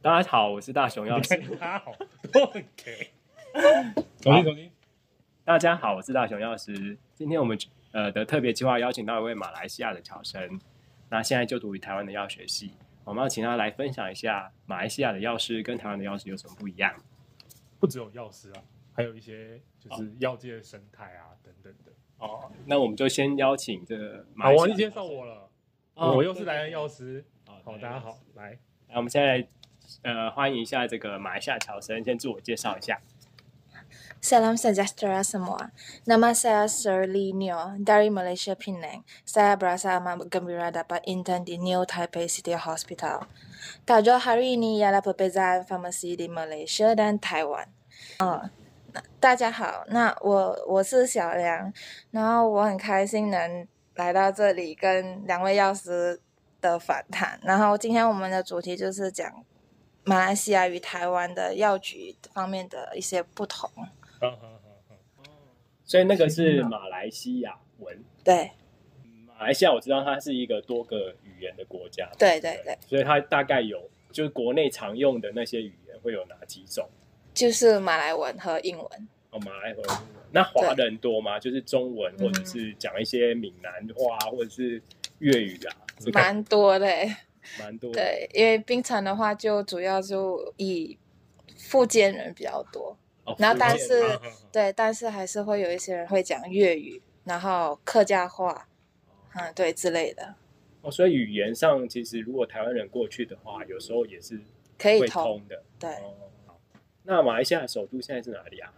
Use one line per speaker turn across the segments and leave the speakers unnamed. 大家好，我是大 熊钥匙。
他好都很 gay。重新重新，
大家好，我是大熊药师。今天我们呃的特别计划邀请到一位马来西亚的侨生，那现在就读于台湾的药学系。我们要请他来分享一下马来西亚的药师跟台湾的药师有什么不一样。
不只有药师啊，还有一些就是药界的生态啊等等的。
哦，那我们就先邀请这个马
好，
来西亚
忘
的
记
药师
介绍我了，
哦
我又是莱恩药师。好，
对
大家好，来，
那我们现在呃欢迎一下这个马来西亚侨生，先自我介绍一下。
Salam sejahtera semua. Nama saya Shirley Neo dari Malaysia Penang. Saya berasa amat gembira dapat intern di New Taipei City Hospital. Tajuk hari ini ialah perbezaan farmasi di Malaysia dan Taiwan. Uh, 大家好，那我我是小梁，然后我很开心能来到这里跟两位药师的访谈。然后今天我们的主题就是讲马来西亚与台湾的药局方面的一些不同。
嗯嗯嗯嗯，
所以那个是马来西亚文。
对
马来西亚我知道它是一个多个语言的国家嘛，
对
对
对
不
对，
所以它大概有就是国内常用的那些语言会有哪几种？
就是马来文和英文。
哦，马来文。那华人多吗？就是中文，或者是讲一些闽南话，或者是粤语啊，这个
蛮多的欸，
蛮多。，
对，因为槟城的话就主要就以福建人比较多，
哦、
然后
福建
但是
啊
对，但是还是会有一些人会讲粤语，然后客家话，嗯，对之类的，
哦，所以语言上其实如果台湾人过去的话，有时候也是
可以
会
通，
通的。
对，
哦，好那马来西亚的首都现在是哪里啊？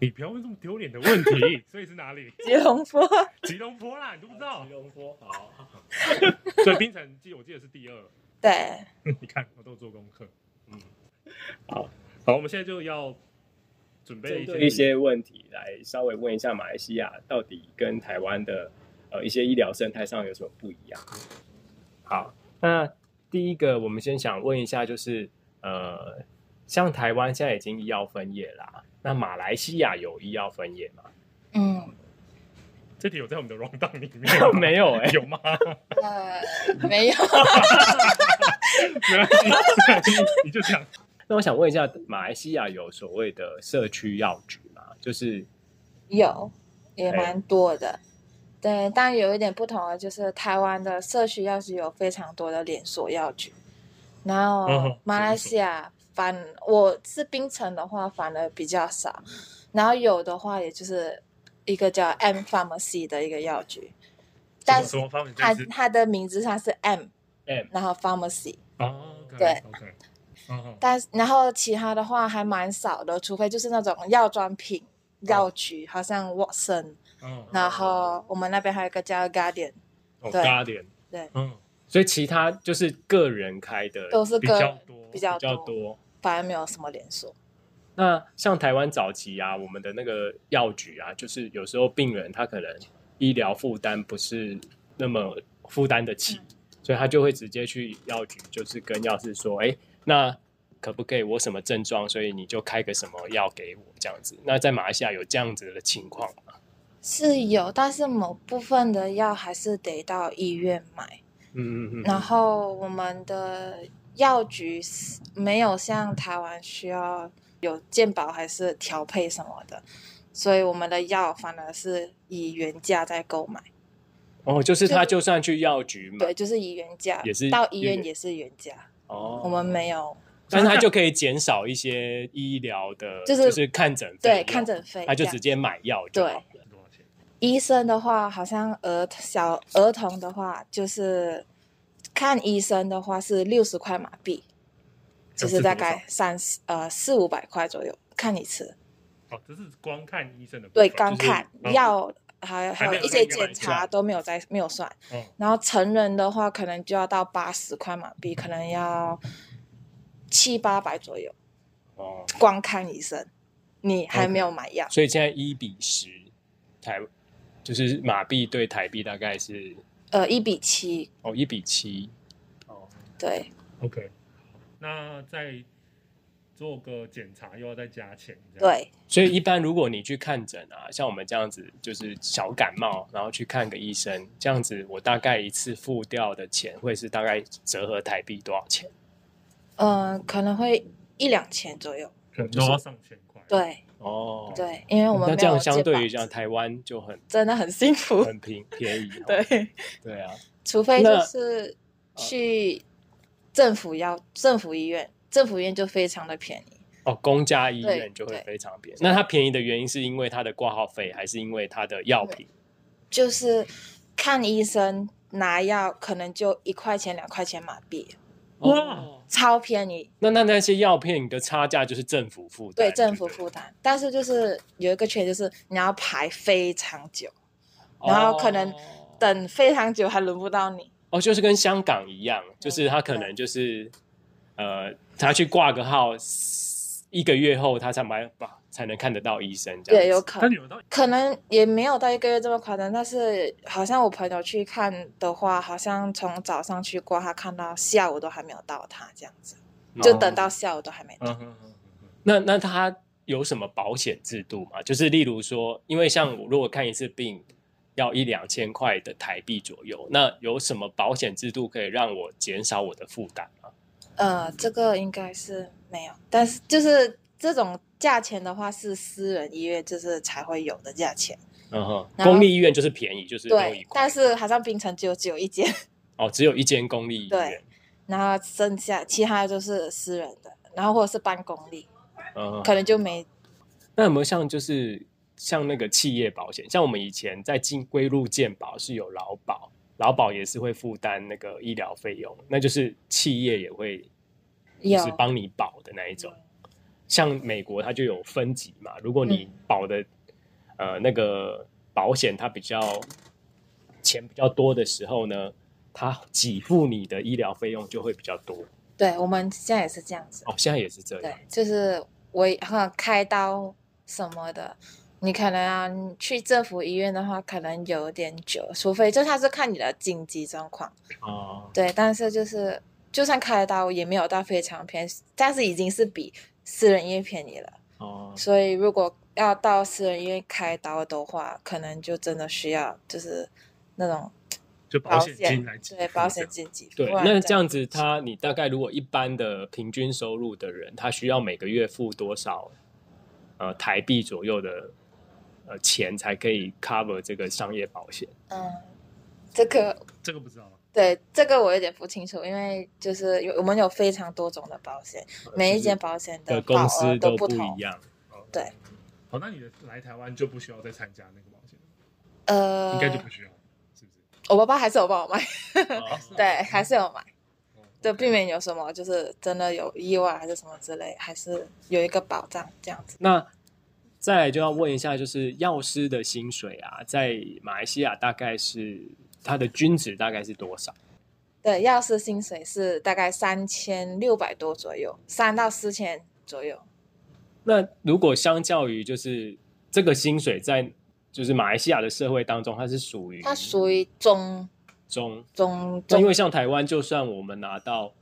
你不要问这么丢脸的 问题。所以是哪里？
吉隆坡，
吉隆坡啦，你都不知道
吉。隆坡。好，
所以槟城记我记得是第二。
对，
你看，我都做功课。
嗯，
好，好，我们现在就要准备
针
一
对
些
一些问题来稍微问一下马来西亚到底跟台湾的呃一些医疗生态上有什么不一样？好，那第一个我们先想问一下，就是呃，像台湾现在已经医药分业啦，那马来西亚有医药分业吗？
嗯，
这题有在我们的 round down 里面吗
没有哎、
有吗？
呃，没有，
没关系，你就讲。
那我想问一下，马来西亚有所谓的社区药局吗？就是
有，也
哎
蛮多的。对，但有一点不同的就是，台湾的社区药局有非常多的连锁药局，然后
哦
马来西亚反我是槟城的话反而比较少，然后有的话也就是一个叫 M Pharmacy 的一个药局，但
什
是
么方面？
它
这是
它的名字上是 M，
M
然后 Pharmacy，
哦，
对
，OK，哦，
但然后其他的话还蛮少的，除非就是那种药妆品药局，好像 Watson。
哦，
然后我们那边还有一个叫 Guardian，
哦
对
Guardian，
嗯，
所以其他就是个人开的
都是
比较
跟
多，
比较
比较多。
反而没有什么连锁。
那像台湾早期啊，我们的那个药局啊，就是有时候病人他可能医疗负担不是那么负担得起，
嗯
所以他就会直接去药局，就是跟药师说，哎，那可不可以我什么症状，所以你就开个什么药给我这样子。那在马来西亚有这样子的情况吗？
是有，但是某部分的药还是得到医院买。
嗯嗯
然后我们的药局是没有像台湾需要有健保还是调配什么的，所以我们的药反而是以原价在购买。
哦，就是他就算去药局买
对，，就是以原价，
嗯也是
到医
医
院
院
也是原价。
哦，
我们，没有，
但是他就可以减少一些医疗的，
就是
就是看诊费
对，
用
看，诊费
他就
这样
直接买药就好了。
多少钱？
医生的话，好像儿小儿童的话，就是看医生的话是六十块马币，就是大概三十呃四五百块左右，看你吃。
哦，这是光看医生的部分，
对，刚看
就是哦嗯
药还还
没
有
有
一
在
些
医院买
检查
算
都没有在没有算。
哦，
然后成人的话，可能就要到八十块马币，可能要七八百左右，
哦，
光看医生，你还没有买药。
所以现在一比十台，就是马币对台币大概是
呃，一比七，
哦一比七。哦，
对，
OK，那再做个检查又要再加钱，这样
对，
所以一般如果你去看诊啊，像我们这样子就是小感冒，然后去看个医生，这样子我大概一次付掉的钱会是大概折合台币多少钱？
嗯，可能会一两千左右。
可能
就
都
是
要上千块。，
对
哦，
对，因为我们
那
没
这
有
样相
健保
对于像台湾就很
真的很辛苦。
很平便宜，哦
对，
对啊，
除非就
那呃
是去政府要政府医院，政府医院就非常的便宜。
哦，公家医
对
院就会
对
非常便宜。那它便宜的原因是因为它的挂号费，还是因为它的药品？
就是看医生拿药，可能就一块钱两块钱马币，
哇
哦
超便宜，
那那那些药片的差价就是政府负担，
对政府
不
负担。但是就是有一个缺点，就是你要排非常久，然后可能
哦
等非常久还轮不到你。
哦，就是跟香港一样，
嗯
就是他可能就是呃，他去挂个号，一个月后他才买把才能看得到医生，这样
对，有
子
可
但
能，
有到
可能也没有到一个月这么夸张，但是好像我朋友去看的话，好像从早上去挂，他看到下午都还没有到他这样子，就
哦
等到下午都还没到。
嗯哼哼哼
那那他有什么保险制度吗？就是例如说，因为像我如果看一次病要一两千块的台币左右，那有什么保险制度可以让我减少我的负担吗？嗯
呃，这个应该是没有，但是就是这种价钱的话，是私人医院就是才会有的价钱。
嗯哼，
然后
公立医院就是便宜，就是都一
对，
块
但是好像槟城就只有一间，
哦，只有一间公立医院
对。然后剩下其他就是私人的，然后或者是办公立，
嗯哼，
可能就没
那有没有像就是像那个企业保险，像我们以前在进归入健保是有劳保，劳保也是会负担那个医疗费用，那就是企业也会就
有
是帮你保的那一种。像美国它就有分级嘛，如果
嗯
你保的、呃那个保险它比较钱比较多的时候呢，它给付你的医疗费用就会比较多。
对，我们现在也是这样子。
哦，现在也是这样
啊
对。，就是我哈开刀什么的，你可能、啊、你去政府医院的话，可能有点久，除非就他是看你的紧急状况。
哦，
对，但是就是就算开刀也没有到非常便宜，但是已经是比私人医院便宜了。
哦，
所以如果要到私人医院开刀的话，可能就真的需要就是那种
就保险金来给
对保险金给付。
对，
不然
那这样子他，你大概如果一般的平均收入的人，他需要每个月付多少呃台币左右的呃钱才可以 cover 这个商业保险？
嗯，这个
这个不知道。啊
对这个我有点不清楚，因为就是有我们有非常多种的保险，每一间保险
呃的
保
公
额
司
都
不
同
一。样。
对，
哦好，那你来台湾就不需要再参加那个保险，
呃，
应该就不需要，是不是？
我爸爸还是有帮我买，
哦
对，还是有买。
哦
对，避免有什么就是真的有意外还是什么之类，还是有一个保障这样子。
那再来就要问一下，就是药师的薪水啊，在马来西亚大概是它的均值大概是多少？
对，药师薪水是大概三千六百多左右，三到四千左右。
那如果相较于就是这个薪水在就是马来西亚的社会当中，它是属于
它属于中
中
中
嗯那
中
因为像台湾，就算我们拿到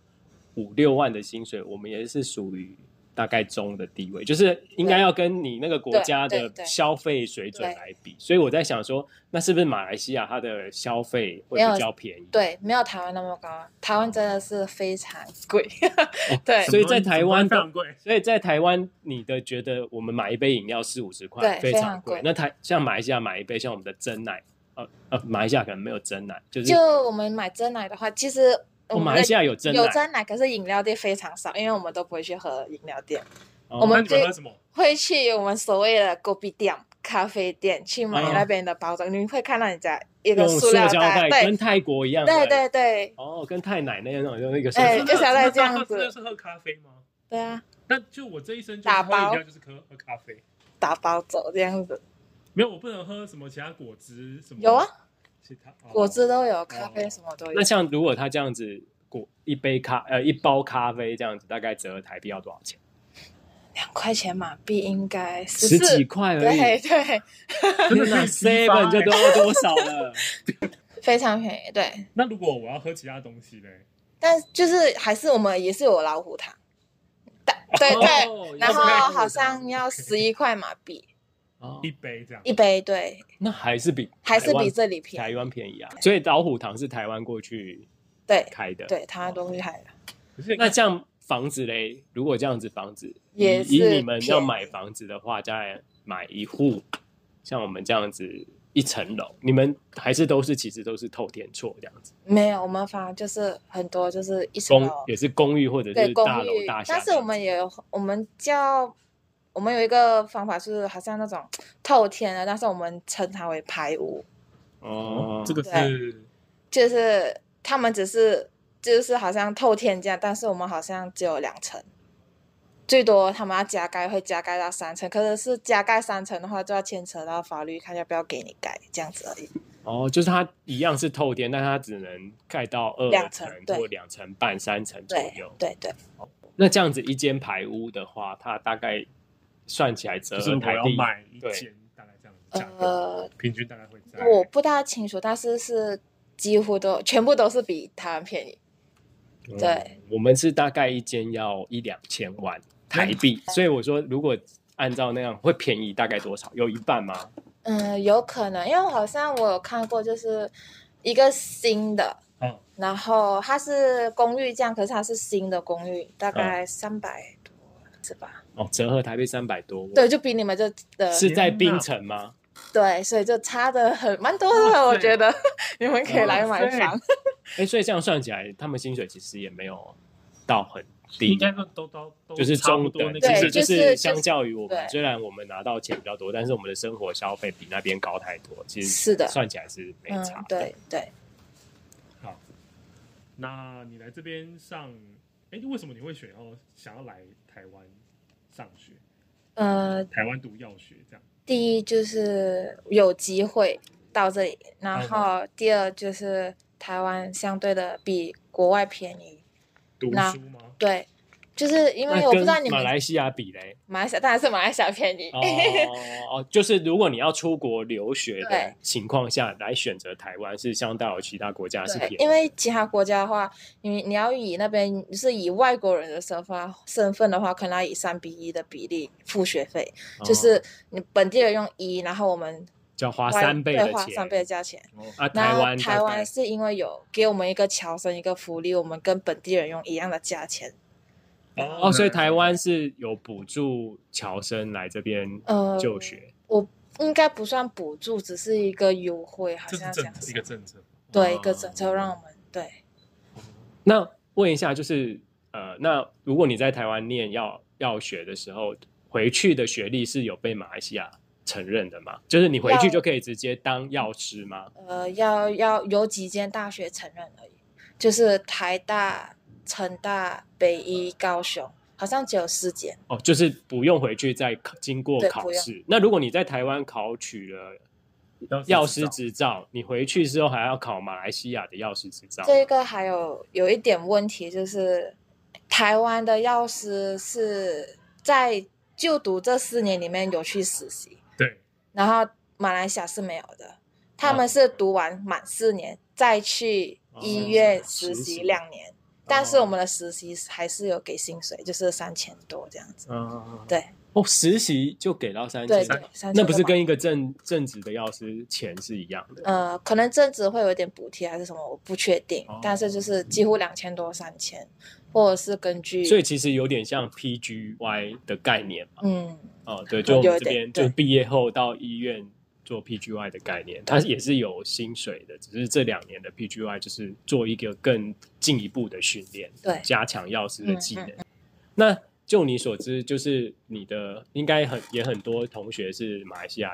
五六万的薪水，我们也是属于大概中的地位，就是应该要跟你那个国家
对
的
对对
消费水准
对
来比。所以我在想说，那是不是马来西亚它的消费会
没有
比较便宜？
对没有台湾那么高啊，台湾真的是非常贵。
哦
对
所以在台湾
非常贵，
所以在台湾，你的觉得我们买一杯饮料四五十块，
对
非
非
常
常
贵
贵。
那台像马来西亚买一杯，像我们的真奶，呃呃，马来西亚可能没有真奶，就是
就我们买真奶的话，其实
哦，
我们
马来西
亚
亚有真奶，
有真奶，可是饮料店非常少，因为我们都不会去喝饮料店，
哦
我
那
们
你们喝什么？
会去我们所谓的 g o b 店、咖啡店去买
嗯
那边的包装，你会看到人家一个
用塑
塑
料
料
胶
袋，
跟
对
泰国一样，
对对对
哦，跟太奶那种就是一个手
哎
指
就想
那
到这样子
那是喝咖啡吗？
对啊，
那就我这一生就是
打
喝饮
包
料就是喝喝咖啡，
打包走这样子，
没有我不能喝什么其他果汁什么。
有啊，
其他哦
果汁都有，咖啡什么都有
那，像如果他这样子，果一杯咖呃一包咖啡这样子，大概折合台币要多少钱？
两块钱马币应该
十
十
几
四，
块而
对
已。
对，
真的
天哪
可以批发
，seven 就
欸
都 要多少了？
非常便宜，对，
那如果我要喝其他东西嘞？
但就是还是我们也是有老虎糖，但对对，
哦
然后
要不然
好像要十一块马币
哦
一杯这样，
一杯，对，
那还是比
还是
台湾
比这里便宜。
台湾便宜啊。所以老虎堂是台湾过去
对
开的，
对，台湾都会海了。
可是
那这样房子嘞，如果这样子房子，
也
以以
是
你们要
便宜
买房子的话，大概买一户，像我们这样子一层楼，你们还是都是其实都是透天厝这样子，
没有，我们反而就是很多就是一层
公
楼，
也是公寓或者
哦对
是
公
大楼
寓
大，厦这
但
样子，
是我们也有我们叫我们有一个方法是好像那种透天的，但是我们称它为排屋，
哦，
这个
对
是
就是他们只是就是好像透天这样，但是我们好像只有两层。最多他们要加盖会加盖到三层，可是是加盖三层的话，就要牵扯到法律，看要不要给你盖这样子而已。
哦，就是它一样是透天，但它只能盖到二
两层
层
对
或两层半、三层左
对
右。
对对，
那这样子一间排屋的话，它大概算起来折
就是
合
我
台
要
币
买一
对
间，大概这样子价格，
呃，
平均大概会在
我不大清楚，但是是几乎都全部都是比台湾便宜。
嗯
对，
我们是大概一间要一两千万台币，
嗯
所以我说如果按照那样会便宜大概多少？有一半吗？
嗯，有可能，因为好像我有看过，就是一个新的，
嗯，
然后它是公寓这样，可是它是新的公寓，大
啊
概三百多是吧？
哦，折合台币三百多，
对，，就比你们这的
是在
天哪
槟城吗？
对，所以就差的很蛮多的，我觉得 你们可以来买
哇
房。
哎，所以这样算起来，他们薪水其实也没有到很低
应，该都都都都
就是
差不
中
多
等，
那
其
对
实
个
就
就是是
相较于我们，
对
虽然我们拿到钱比较多，但是我们的生活消费比那边高太多，其实
是的
算起来是没
嗯
差。，
对对，
好。那你来这边上，哎，为什么你会选要想要来台湾上学？
呃，
台湾读药学这样？
第一就是有机会到这里，然
嗯
后第二就是台湾相对的比国外便宜。
读
那
书吗？
对，就是因为
那
我不知
跟
道你
马
们
来西亚比嘞，
马来西亚当然是马来西亚便宜。
哦哦，哦就是如果你要出国留学的
对
情况下来选择台湾，是相当于其他国家是
对
便，宜。
因为其他国家的话，你你要以那边是以外国人的身份啊身份的话，可能要以三比一的比例付学费，就
哦
是你本地人用一，然后我们
就要花
外
三倍
对
的
花
钱
三倍的价钱。
啊，台
那
湾
台
大概
湾是因为有给我们一个侨生一个福利，我们跟本地人用一样的价钱。
哦，
嗯
所以台湾是有补助侨生来这边
呃，
就学，
我应该不算补助，只是一个优惠，好
这是
像这
政
样
策
子
一个政策。
哦
对一个政策让我们对
那问一下，就是呃，那如果你在台湾念药药学的时候，回去的学历是有被马来西亚承认的吗？就是你回去
药
就可以直接当药师吗？
呃要要有几间大学承认而已，就是台大、成大、北
嗯
医、高雄，好像只有四间。
哦，就是不用回去再考经过
对
考
不用
试。那如果你在台湾考取了药师执照，你回去之后还要考马来西亚的药师执照吗。
这个还有有一点问题，就是台湾的药师是在就读这四年里面有去实习，
对，
然后马来西亚是没有的，他
哦
们是读完满四年再去医院实
实习哦
习两年，但是我们的实习还是有给薪水，就是三千多这样子。
嗯，
对
哦，实习就给到三
对
千，
对，三千
那不是
多吧
跟一个正正职的药师钱是一样的？
呃，可能正职会有点补贴还是什么，我不确定
哦，
但是就是几乎两千多、三千，或者是根据
所以其实有点像 PGY 的概念嘛。
嗯。
哦，对，就我们
有
这边
点
就
对
毕业后到医院做 PGY 的概念，它也是有薪水的，只是这两年的 PGY 就是做一个更进一步的训练，
对
加强药师的技能。
嗯
那就你所知，就是你的应该很也很多同学是马来西亚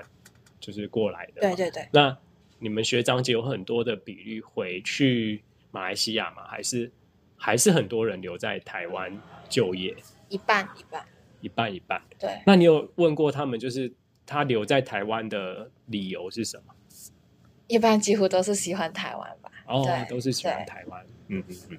就是过来的，
对。对对，
那你们学长姐有很多的比率回去马来西亚吗？还是还是很多人留在台湾就业，
一半一半，
一半一半？
对，
那你有问过他们，就是他留在台湾的理由是什么？
一般几乎都是喜欢台湾吧。
哦，
对
都是喜欢
对
台湾。嗯嗯嗯。